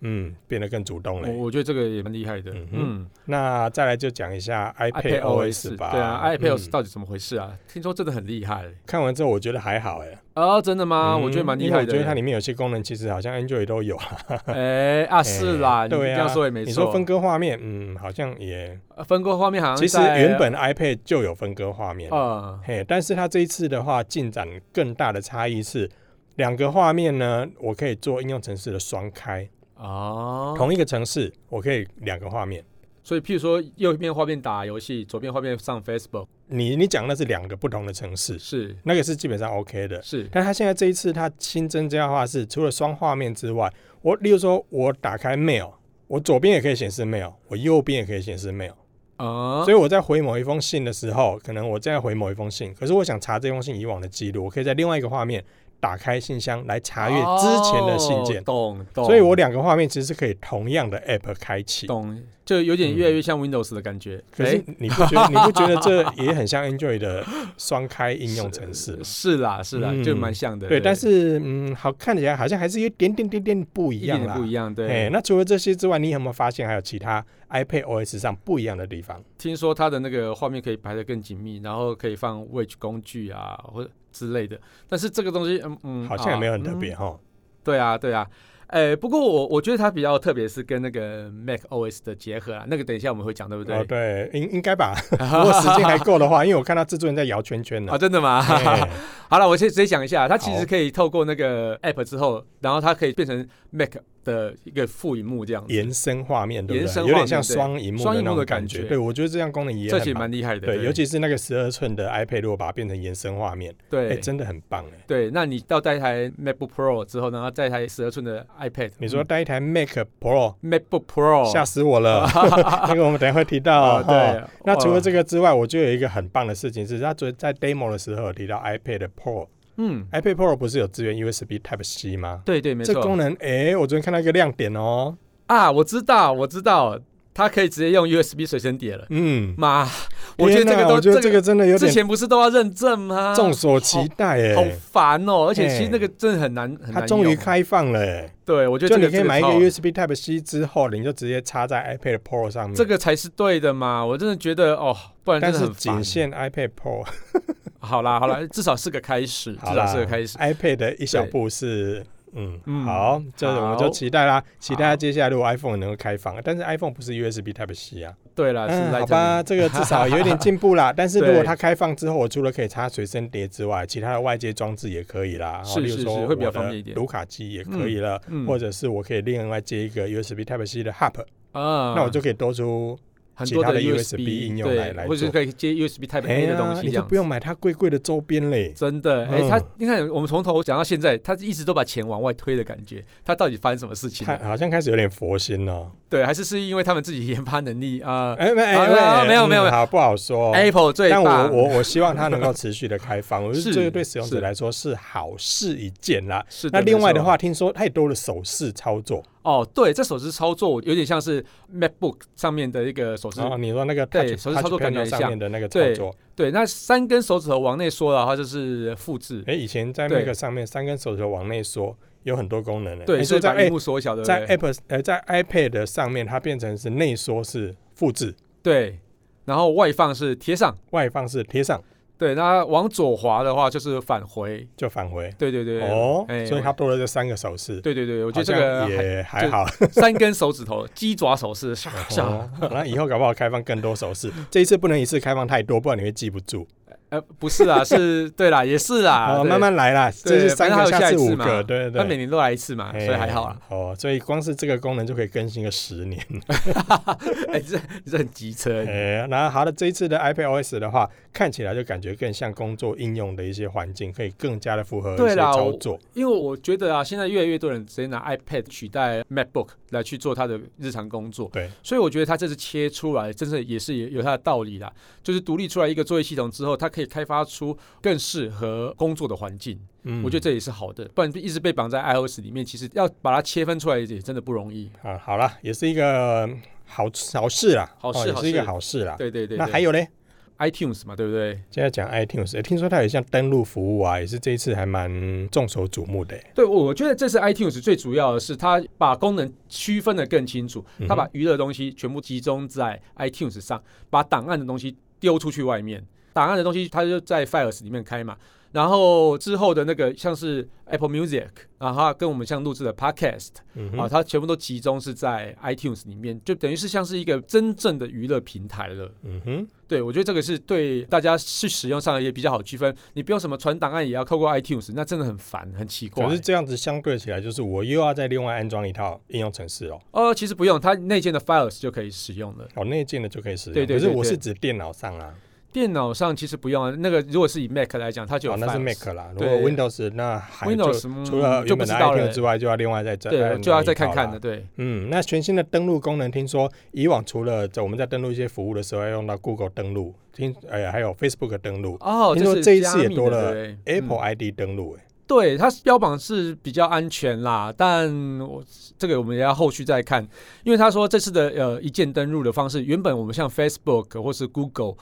B: 嗯，变得更主动了
A: 我。我觉得这个也蛮厉害的。
B: 嗯哼
A: 嗯
B: 那再来就讲一下 iPad OS 吧。
A: 对啊，iPad OS
B: 嗯
A: 到底怎么回事啊？听说真的很厉害
B: 看完之后我觉得还好哎、
A: 啊！真的吗？
B: 嗯
A: 我觉得蛮厉
B: 因为
A: 害
B: 我觉得它
A: 的。
B: 里面有些功能其实好像 Android 都有啊。
A: *laughs* 哎
B: *laughs*
A: 啊，是啦，
B: 哎
A: 你这
B: 对啊
A: 样说也没
B: 你说
A: 错。
B: 分割画面，嗯，好像也，
A: 呃分割画面好像
B: 其实
A: 在
B: 原本 iPad 就有分割画面，
A: 呃
B: 嘿，但是它这一次的话，进展更大的差异是，两个画面呢，我可以做应用程式的双开，
A: 哦，
B: 同一个城市我可以两个画面。
A: 所以譬如说右边画面打游戏，左边画面上 Facebook，
B: 你你讲那是两个不同的城市，
A: 是
B: 那个是基本上 OK 的。
A: 是
B: 但它现在这一次它新增加的话是，除了双画面之外，我例如说我打开 Mail，我左边也可以显示 Mail，我右边也可以显示 Mail。
A: 啊，
B: 所以我在回某一封信的时候，可能我正在回某一封信，可是我想查这封信以往的记录，我可以在另外一个画面打开信箱来查阅之前的信件
A: 哦。懂懂。
B: 所以我两个画面其实是可以同样的 App 开启。
A: 懂，哎就有点越来越像 Windows 的感觉。
B: 可是你不觉
A: *laughs*
B: 得你不觉得这也很像 Android 的双开应用程式
A: 哎 *laughs*
B: 吗？
A: 是啦是啦，
B: 嗯
A: 就蛮像的。
B: 对，但是嗯，好看起来好像还是有一点点点点不
A: 一
B: 一
A: 点
B: 样
A: 点
B: 啦。
A: 不一样。
B: 哎
A: 对，，
B: 那除了这些之外，你有没有发现还有其他 iPad OS 上不一样的地方？
A: 听说它的那个画面可以排得更紧密，然后可以放 Wedge 工具啊或者之类的。但是这个东西，嗯嗯，
B: 好像也没有很
A: 啊
B: 特别
A: 嗯
B: 哈、
A: 对啊对啊。哎，不过我我觉得它比较特别是跟那个 Mac OS 的结合啊，那个等一下我们会讲，对不嗯对？
B: 哦，对，应应
A: *laughs*
B: 该吧。如果时间还够的话，因为我看到制作人在摇圈圈呢
A: *laughs* 啊，。真的吗？
B: 哎
A: 好了，我先直接讲一下，它其实
B: 好
A: 可以透过那个 App 之后，然后它可以变成 Mac 的一个副荧幕这样子，
B: 延伸画面，对不
A: 延伸
B: 对？
A: 画
B: 有
A: 面
B: 点像双荧幕
A: 双
B: 的
A: 荧
B: 那
A: 幕
B: 种
A: 的
B: 感
A: 感
B: 觉。
A: 觉
B: 对，我觉得这样功能也
A: 这其
B: 很
A: 实
B: 棒。
A: 蛮厉害的。
B: 对，尤其是那个十二寸的 iPad，如果把它变成延伸画面，
A: 对、
B: 哎，真的很棒哎。
A: 对，那你到带一台 MacBook Pro 之后，然后带一台十二寸的 iPad，
B: 你说带一台 Mac Pro，
A: 嗯 MacBook Pro
B: 吓死
A: *laughs*
B: 我了！那个我们等一下会提到。哦
A: 啊
B: 哈
A: 对。哦
B: 那除了这
A: 个，
B: 个之外，我觉得有一个很棒的事情是，他昨在 demo 的时候有提到 iPad Pro。
A: 嗯，
B: iPad Pro 不是有支援 USB Type C 吗？
A: 对对，没
B: 这功
A: 错
B: 能，哎，我昨天看到一个亮点哦。
A: 啊，我知道，我知道，它可以直接用 USB 随身碟了。
B: 嗯，
A: 妈， *laughs* 我觉得
B: 天
A: 这
B: 哪
A: 个都
B: 我觉得
A: 这
B: 这个真的有
A: 之
B: 点
A: 前不是都要认证吗？
B: 众所期待
A: 好
B: 哎，
A: 烦哦，而且
B: 哎
A: 其实那个真的很难，很难
B: 它终于
A: 用，
B: 开放了哎，
A: 对我觉得这
B: 就你
A: 个
B: 可以买一个
A: 这超
B: USB Type C 之后，你就直接插在 iPad Pro 上面。
A: 这个才是对的嘛！我真的觉得哦，不然真
B: 但
A: 的
B: 是
A: 很
B: 仅
A: 烦。
B: 限 iPad Pro，
A: 好啦好啦，至少是个开始，至
B: 好
A: 少
B: 啦
A: 是个开始。
B: iPad 的一小步是。嗯，
A: 嗯
B: 好，这我们就
A: 好
B: 期待啦，期待它接下来如果 iPhone 能够开放，但是 iPhone 不是 USB Type C 啊，
A: 对啦，是
B: 嗯，
A: 来
B: 好吧，这个至少有一点进
A: *laughs*
B: 步啦。但是如果
A: 对
B: 它开放之后，我除了可以插随身碟之外，其他的外接装置也可以啦，哦
A: 是
B: 例如
A: 是
B: 说
A: 是会比较
B: 我的
A: 方便一点
B: 读卡机也可以了，
A: 嗯
B: 或者是我可以另外接一个 USB Type C 的 Hub，、
A: 啊，
B: 那我就可以多出。
A: 很
B: 其
A: 多
B: 他的
A: USB
B: USB 应用来
A: 对
B: 来，
A: 或者
B: 做
A: 是可以接 USB Type
B: 哎
A: A 的东
B: 呀，
A: 西
B: 你
A: 这
B: 就
A: 样
B: 不。用买它贵贵的周边嘞。
A: 真的，哎、
B: 嗯
A: 他你看，我们从头讲到现在，他一直都把钱往外推的感觉，他到底发生什么事情
B: 它
A: 了？
B: 好像开始有点佛心了。
A: 对，还是是因为他们自己研发能力啊、
B: 哎，没
A: 好
B: 哎，
A: 没有没有没有
B: 好不好说。
A: a p p l e 最
B: 哎但
A: 棒。
B: 我我我希望它能够持续的
A: *laughs*
B: 开放，我觉得
A: 是
B: 这个对使用者
A: 是
B: 来说是好事一件啦。
A: 是
B: 那
A: 的
B: 另外的，
A: 没
B: 话，听说太多的手势操作，
A: 错哦，对，这手持操作有点像是 MacBook 上面的一个手持
B: 然后啊你说那个 touch,
A: 对手势
B: touch
A: 操作感觉
B: panel
A: 很像
B: 上面的那个操
A: 对
B: 作，
A: 对，那三根手指头往内缩的话，就是复制。
B: 哎，以前在
A: 对
B: 那个上面三根手指头往内缩，有很多功能呢。
A: 对，
B: 你
A: 所
B: 说
A: 以
B: 在
A: 把
B: 哎
A: 屏幕缩小，对不
B: 在
A: 对？
B: App 呃在 iPad 的上面，它变成是内缩是复制，
A: 对，然后外放是贴上，
B: 外放是贴上
A: 对，那往左滑的话就是返回，
B: 就返回。
A: 对对对。
B: 哦，
A: 哎
B: 所以它多了这三个手势。
A: 对对对，我觉得这
B: 好像
A: 个
B: 也还好，
A: 三根手指头鸡爪手势，是啊，
B: 哦那以后搞不好开放更多手势。 *laughs* 这一次不能一次开放太多，不然你会记不住。
A: 呃，不是啦，是对啦，也是啦，
B: 哦，
A: 啊对
B: 慢。慢来啦，这
A: 对
B: 是三
A: 反正还
B: 个，
A: 有下
B: 次
A: 一次
B: 五
A: 嘛
B: 个，对对
A: 他
B: 对。
A: 每年都来一次嘛，所以还好啦。
B: 哎。哦，所以光是这个功能就可以更新个十年。
A: 哎，这这很机车，
B: 哎，然后好的，这一次的 iPad OS 的话，看起来就感觉更像工作应用的一些环境，可以更加的符合一
A: 对
B: 些
A: 啦
B: 操
A: 我
B: 作。
A: 因为我觉得啊，现在越来越多人直接拿 iPad 取代 MacBook 来去做他的日常工作。
B: 对，
A: 所以我觉得他这次切出来，真的也是有有它的道理啦。就是独立出来一个作业系统之后，它可以开发出更适合工作的环境，
B: 嗯
A: 我觉得这也是好的。不然一直被绑在 iOS 里面，其实要把它切分出来也真的不容易。
B: 啊，好啦，也是一个好好事啦，
A: 好事
B: 哦也
A: 好
B: 是一个
A: 事
B: 好事啦。
A: 对对对
B: 啊那还
A: 有
B: 有嘞，
A: iTunes 嘛，对不对？
B: 现在讲 iTunes，、欸、听说它有像登录服务啊，也是这一次还蛮众所瞩目的、欸。
A: 对，我我觉得这次 iTunes 最主要的是它把功能区分的更清楚，
B: 嗯
A: 它把娱乐东西全部集中在 iTunes 上，把档案的东西丢出去外面，档案的东西它就在 Files 里面开嘛。然后之后的那个像是 Apple Music，然后跟我们像录制的 Podcast、
B: 嗯
A: 啊，
B: 哼，
A: 它全部都集中是在 iTunes 里面，就等于是像是一个真正的娱乐平台了。
B: 嗯哼，
A: 对，我觉得这个是对大家是使用上也比较好区分，你不用什么传档案也要透过 iTunes，那真的很烦，很奇怪
B: 可。是这样子相对起来，就是我又要再另外安装一套应用程式哦，
A: 呃，其实不用，它内建的 Files 就可以使用了。
B: 哦，内建的就可以使用。
A: 对对对
B: 可是我
A: 对
B: 是指电脑上啊，
A: 电脑上其实不用啊，那个如果是以 Mac 来讲，它就有
B: 哦，
A: Files、
B: 那是 Mac 啦。如果
A: 对
B: Windows 那还就
A: Windows 嗯
B: 除了
A: 就不
B: 原本
A: 知
B: 的
A: 道了
B: iTunes 之外，就要另外再再
A: 对，
B: 安
A: 就要
B: 装
A: 再
B: 一套
A: 看看
B: 啦
A: 了。对，
B: 嗯，那全新的登录功能，听说以往除了在我们在登录一些服务的时候要用到 Google 登录，听哎呀还有 Facebook 登录、
A: 哦，
B: 听说
A: 是
B: 这一
A: 加
B: 次也
A: 密
B: 多
A: 的
B: 了
A: 对不对
B: Apple
A: 嗯
B: ID 登录、哎，
A: 对它标榜是比较安全啦，但我这个我们也要后续再看，因为他说这次的呃一键登录的方式，原本我们像 Facebook 或是 Google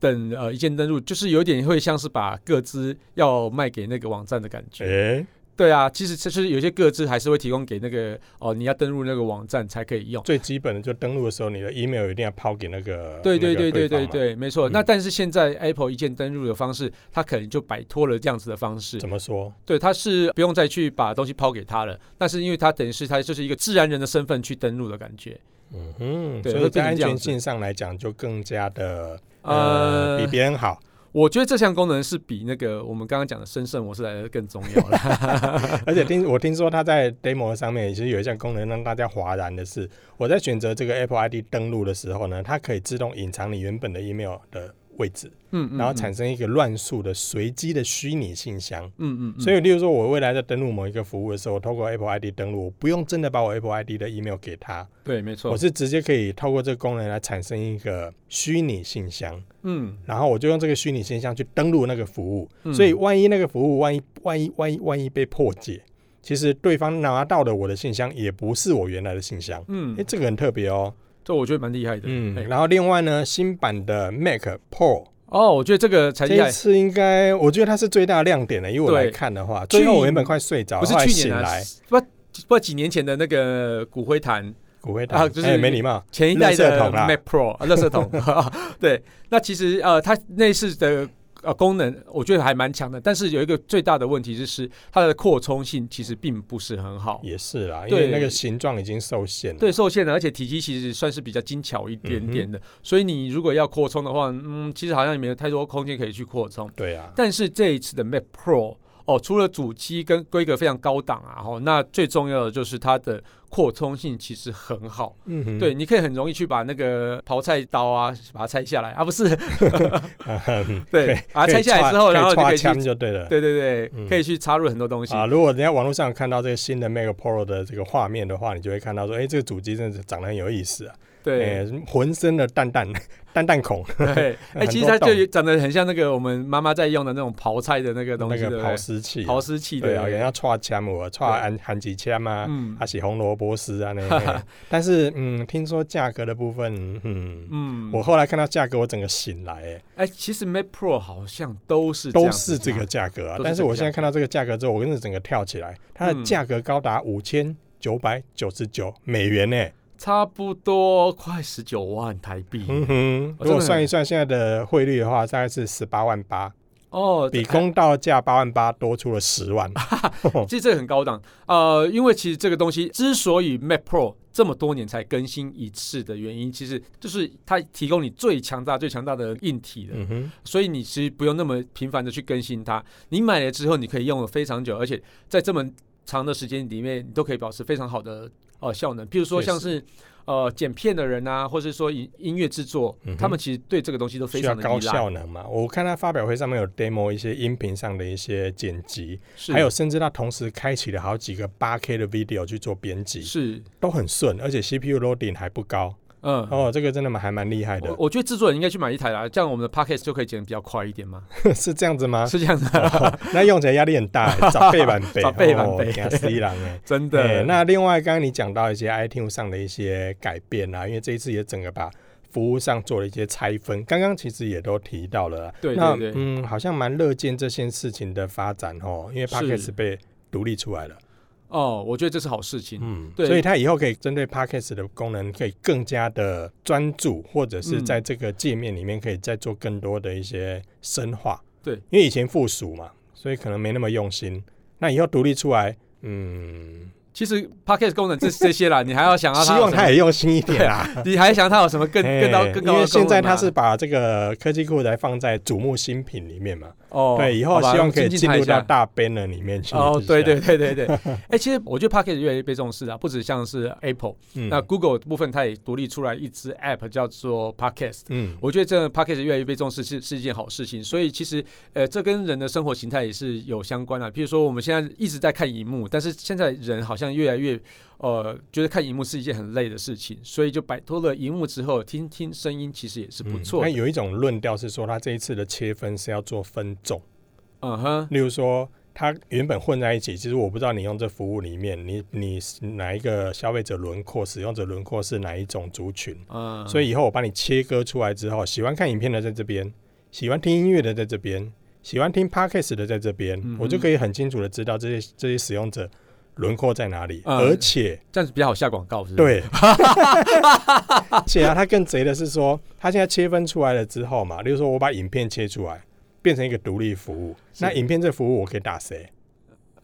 A: 等呃一键登录，就是有点会像是把各自要卖给那个网站的感觉。
B: 哎，
A: 对啊，其实就是有些各自还是会提供给那个哦，你要登录那个网站才可以用。
B: 最基本的就登录的时候，你的 email 一定要抛给那个
A: 对对
B: 那个
A: 对对
B: 方
A: 对
B: 嘛
A: 对，没错。
B: 嗯
A: 那但是现在 Apple 一键登录的方式，它可能就摆脱了这样子的方式。
B: 怎么说？
A: 对，他是不用再去把东西抛给他了，但是因为他等于是他就是一个自然人的身份去登录的感觉，
B: 嗯哼，
A: 对
B: 所
A: 会
B: 以
A: 变
B: 在安
A: 成这样
B: 全
A: 子
B: 性上来讲，就更加的呃
A: 呃
B: 比别
A: *laughs*
B: 人好。
A: 我觉得这项功能是比那个我们刚刚讲的深胜模式来的更重要
B: *laughs*
A: 了。
B: 而且听我听说它在 demo 上面其实有一项功能让大家哗然的是，我在选择这个 Apple ID 登录的时候呢，它可以自动隐藏你原本的 email 的位置，
A: 嗯嗯，
B: 然后
A: 嗯
B: 产生一个乱数的随机的虚拟信箱。
A: 嗯嗯，嗯
B: 所以，例如说，我未来在登录某一个服务的时候，我透过 Apple ID 登录，我不用真的把我 Apple ID 的 email 给他，
A: 对，没错
B: 我，是直接可以透过这个功能来产生一个虚拟信箱，
A: 嗯，
B: 然后我就用这个虚拟信箱去登录那个服务。
A: 嗯
B: 所以万一那个服务万一万一万一万一被破解，其实对方拿到的我的信箱也不是我原来的信箱。
A: 嗯
B: 诶，，这个很特别哦。
A: 这我觉得蛮厉害的，
B: 嗯，
A: 嗯，
B: 然后另外呢，新版的 Mac Pro
A: 哦，我觉得这个才厉
B: 这一
A: 害，
B: 次应该我觉得它是最大的亮点了，因为我
A: 对
B: 来看的话，
A: 去
B: 最后我原本快睡着，
A: 不是
B: 后来
A: 去
B: 醒
A: 年啊
B: 来，，
A: 不不几年前的那个骨灰坛，
B: 骨灰
A: 啊
B: 堂
A: 就是
B: 哎没礼貌，
A: 前一代
B: 垃圾
A: 的
B: 桶啦
A: Mac Pro 啊，垃圾桶。 *laughs* 对，那其实呃，它内饰的呃功能，我觉得还蛮强的，但是有一个最大的问题就是它的扩充性其实并不是很好。
B: 也是啦，因为
A: 对
B: 那个形状已经受限了。
A: 对，受限的，而且体积其实算是比较精巧一点点
B: 嗯
A: 的，所以你如果要扩充的话，嗯，其实好像也没有太多空间可以去扩充。
B: 对啊，
A: 但是这一次的 Mac Pro 哦，除了主机跟规格非常高档啊，哦，那最重要的就是它的扩充性其实很好。
B: 嗯哼
A: 对，，
B: *laughs*
A: 你可以很容易去把那个刨菜刀啊，把它拆下来啊，不是，对，把它啊拆下来之后，然后你
B: 就
A: 就可以去
B: 枪，就对了。
A: 对对
B: 嗯
A: 对，可以去插入很多东西。
B: 啊，如果人家网络上有看到这个新的 Mac Pro 的这个画面的话，你就会看到说，哎、这个主机真的是长得很有意思啊，
A: 对
B: 哎浑身的蛋 *laughs* 蛋蛋蛋孔，
A: 对，哎，
B: 很
A: 其实
B: 多
A: 它就
B: 洞
A: 长得很像那个我们妈妈在用的那种刨菜的那个东
B: 那
A: 西，对不
B: 个刨
A: 对？
B: 丝器啊，
A: 刨丝器
B: 对啊，
A: 对，
B: 人家串枪我串韩韩几枪啊，
A: 嗯
B: 还是红萝卜丝啊那嘿
A: *laughs*
B: 但是嗯，听说价格的部分，嗯。
A: 嗯，
B: 我后来看到价格，我整个醒来、哎，
A: 哎，其实 Mac Pro 好像都是
B: 都
A: 样
B: 是
A: 子
B: 这个
A: 嘛，
B: 价格啊
A: 都。是
B: 但是
A: 这个
B: 我现在
A: 价格
B: 看到这个价格之后，我真的整个跳起来，它的
A: 嗯
B: 价格高达五千九百九十九美元呢、哎
A: 差不多快十九万台币
B: 嗯哼，
A: 哦真的
B: 如果
A: 很
B: 算一算现在的汇率的话，大概是十八万八，
A: 哦，
B: 比公道价八万八多出了十万。
A: 啊其实这个很高档，呃，因为其实这个东西之所以 Mac Pro 这么多年才更新一次的原因，其实就是它提供你最强大、最强大的硬体的，
B: 嗯哼，
A: 所以你其实不用那么频繁的去更新它。你买了之后，你可以用了非常久，而且在这么长的时间里面，你都可以保持非常好的呃效能。譬如说
B: 确
A: 像
B: 实
A: 是呃剪片的人啊，或是说音音乐制作，
B: 嗯哼
A: 他们其实对这个东西都非
B: 需要
A: 常的
B: 高
A: 依赖。
B: 效能嘛？我看他发表会上面有 demo 一些音频上的一些剪辑，
A: 是
B: 还有甚至他同时开启了好几个八 K 的 video 去做编辑，
A: 是
B: 都很顺，而且 CPU loading 还不高。
A: 嗯。哦
B: 哦，这个真的蛮还蛮厉害
A: 我
B: 的，
A: 我觉得制作人应该去买一台啦，这样我们的 podcast 就可以剪得比较快一点嘛。
B: *laughs* 是这样子吗？
A: 是这样的，
B: 哦那用起来压力
A: *laughs*
B: 很大、欸，早背板背，
A: 十倍版倍
B: 吓死人
A: *laughs*
B: 哎、
A: 真
B: 对，
A: 的。
B: 啊那另外刚刚你讲到一些 iTunes 上的一些改变啊，因为这一次也整个把服务上做了一些拆分。刚刚其实也都提到了啦，
A: 对
B: 那
A: 对对
B: 嗯，好像蛮乐见这件事情的发展哦，因为
A: 是
B: p o d c a s t 被独立出来了，
A: 哦，我觉得这是好事情。
B: 嗯，
A: 对
B: 所以它以后可以针对 p o d c a s t 的功能，可以更加的专注，或者是
A: 嗯
B: 在这个界面里面可以再做更多的一些深化。
A: 对，
B: 因为以前附属嘛，所以可能没那么用心。那以后独立出来，嗯，
A: 其实 podcast 功能这这
B: *laughs*
A: 些啦，你还要想要
B: 希
A: 它有
B: 望
A: 什
B: 它
A: 么，啊
B: 也用心一点啦。
A: 你还想它有什么更更高
B: 哎
A: 更高的
B: 因为现在
A: 功能
B: 它
A: 啊
B: 是把这个科技库来放在瞩目新品里面嘛，
A: 哦，
B: 对，以
A: 好
B: 后
A: 吧
B: 希望
A: 我们
B: 可以
A: 静
B: 进
A: 静
B: 入
A: 看
B: 到
A: 一下
B: 大 banner 里面去。
A: 哦
B: *laughs* 是，不
A: 对
B: 是
A: 对，对对对，哎、其实我觉得 Pocket 越来越被重视啊，不止像是 Apple，、
B: 嗯
A: 那 Google 部分它也独立出来一支 App 叫做 Podcast。
B: 嗯
A: 我觉得这个 Pocket 越来越被重视是是一件好事情，所以其实呃，这跟人的生活形态也是有相关的。譬如说，我们现在一直在看荧幕，但是现在人好像越来越呃，觉得看荧幕是一件很累的事情，所以就摆脱了荧幕之后，听听声音其实也是不错
B: 嗯那
A: 的。
B: 有一种论调是说，它这一次的切分是要做分众，
A: 嗯哼，
B: 例如说。它原本混在一起，其实我不知道你用这服务里面，你你哪一个消费者轮廓、使用者轮廓是哪一种族群，
A: 嗯，
B: 所以以后我把你切割出来之后，喜欢看影片的在这边，喜欢听音乐的在这边，喜欢听 podcast 的在这边，
A: 嗯哼
B: 我就可以很清楚的知道这些这些使用者轮廓在哪里，
A: 嗯
B: 而且
A: 这样子比较好下广告，是不是？ *laughs*
B: 对，而且啊，他更贼的是说，他现在切分出来了之后嘛，例如说我把影片切出来。变成一个独立服务，
A: 是
B: 那影片这服务我可以打谁？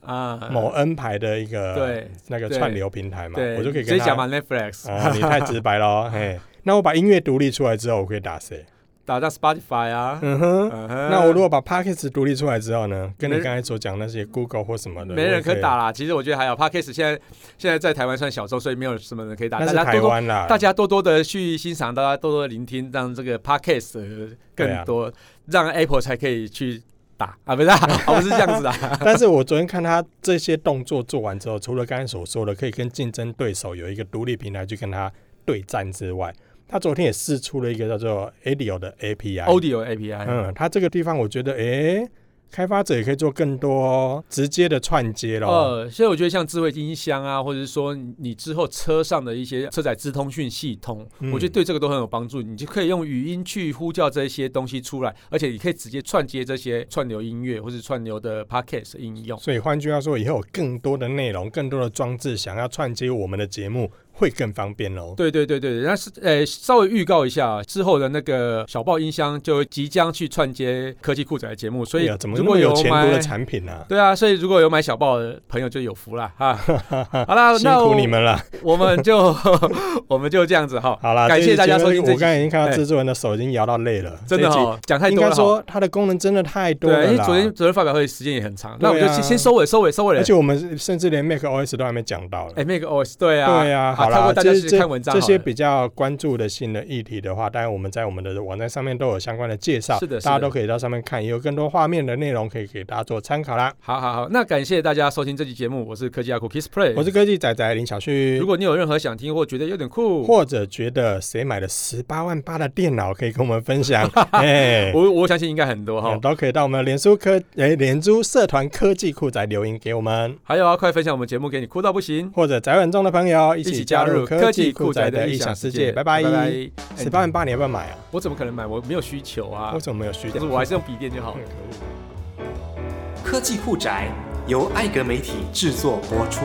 A: 啊，
B: 某 N 牌的一个
A: 对
B: 那个
A: 对
B: 串流平台嘛，
A: 对，
B: 我就可以
A: 直接
B: 跟他
A: 讲嘛 Netflix，、
B: 啊，你太直白了哦，嘿。那我把音乐独立出来之后，我可以打谁？
A: 打到 Spotify 啊。
B: 嗯哼，
A: 嗯哼
B: 那我如果把 p o c k e t 独立出来之后呢，跟你
A: 没
B: 刚才所讲那些 Google 或什么的，
A: 没人可打
B: 了。
A: 啦。其实我觉得还好 p a d k a s 现在现在在台湾算小众，所以没有什么人可以打。
B: 那
A: 大
B: 是
A: 家
B: 台
A: 多多
B: 湾啦，
A: 大家多多的去欣赏，大家多多地聆听，让这个 p a d k a s
B: 对啊
A: 更多，让 Apple 才可以去打啊，不是啊，
B: *laughs*
A: 啊不是这样子啊。
B: *laughs* 但是我昨天看他这些动作做完之后，除了刚才所说的可以跟竞争对手有一个独立平台去跟他对战之外，他昨天也试出了一个叫做 Audio 的 API。
A: Audio API，
B: 嗯，他这个地方我觉得，诶，开发者也可以做更多直接的串接咯。
A: 呃，所以我觉得像智慧音箱啊，或者是说你之后车上的一些车载资通讯系统，
B: 嗯
A: 我觉得对这个都很有帮助。你就可以用语音去呼叫这些东西出来，而且你可以直接串接这些串流音乐或是串流的 podcast 应用。
B: 所以换句话说，以后有更多的内容、更多的装置想要串接我们的节目，会更方便喽。
A: 对对对对，那是呃，稍微预告一下，啊之后的那个小报音箱就即将去串接科技酷仔的节目，所以
B: 对啊怎么
A: 如
B: 那
A: 果
B: 么有前
A: 买
B: 途的，产品呢、
A: 对啊，所以如果有买小报的朋友就有福了
B: *laughs*
A: 哈。好啦，
B: 辛
A: 哦那
B: 苦
A: 我
B: 你，们了。
A: 我们就 *laughs* 我们就这样子哈。
B: 好啦，
A: 感谢大家收
B: 这一
A: 听
B: 集
A: 这
B: 我刚
A: 集，
B: 才已经看
A: 哎
B: 到制作人的手已经摇到累了，
A: 真的
B: 这一集
A: 哈，讲太
B: 应
A: 多
B: 该
A: 了哈。
B: 说它的功能真的太多
A: 对啊，
B: 了
A: 因为
B: 啦。
A: 昨天昨天发表会时间也很长，那我
B: 对
A: 就
B: 啊
A: 先先收尾收尾收尾了
B: 而。且我们甚至连 Mac OS 都还没讲到
A: 哎
B: 了。
A: ，Mac OS，对啊，
B: 对啊，
A: 好
B: 好
A: 跳
B: 啦，
A: 过大家
B: 这
A: 去看文章好
B: 这
A: 了
B: 些比较关注的新的议题的话，当然我们在我们的网站上面都有相关的介绍，
A: 是的是的
B: 大家都可以到上面看，也有更多画面的内容可以给大家做参考啦。
A: 好好好，那感谢大家收听这期节目，我是科技阿酷 Kiss Play，
B: 我是科技仔仔林小旭，
A: 如果你有任何想听或觉得有点酷，
B: 或者觉得谁买了十八万八的电脑，可以跟我们
A: *laughs*
B: 分享，哎、
A: 我我相信应该很多哈
B: 嗯。都可以到我们的脸书科哎脸书社团科技库仔留言给我们，
A: 还有啊，快分享我们节目给你哭到不行，
B: 或者宅稳中的朋友一
A: 一
B: 起
A: 起
B: 加
A: 加
B: 入
A: 入
B: 科
A: 科
B: 技
A: 技
B: 酷
A: 酷
B: 仔
A: 仔
B: 的
A: 的
B: 异
A: 异
B: 想
A: 想
B: 世
A: 世
B: 界，
A: 界，
B: 拜
A: 拜
B: 拜
A: 拜。哎
B: 十八万八你要不要买啊？
A: 我怎么可能买？我没有需求啊
B: 为，什么没有虚
A: 但
B: 掉
A: 是？我还是用笔电就好了。
B: 嗯
C: 科技酷宅由艾格媒体制作播出。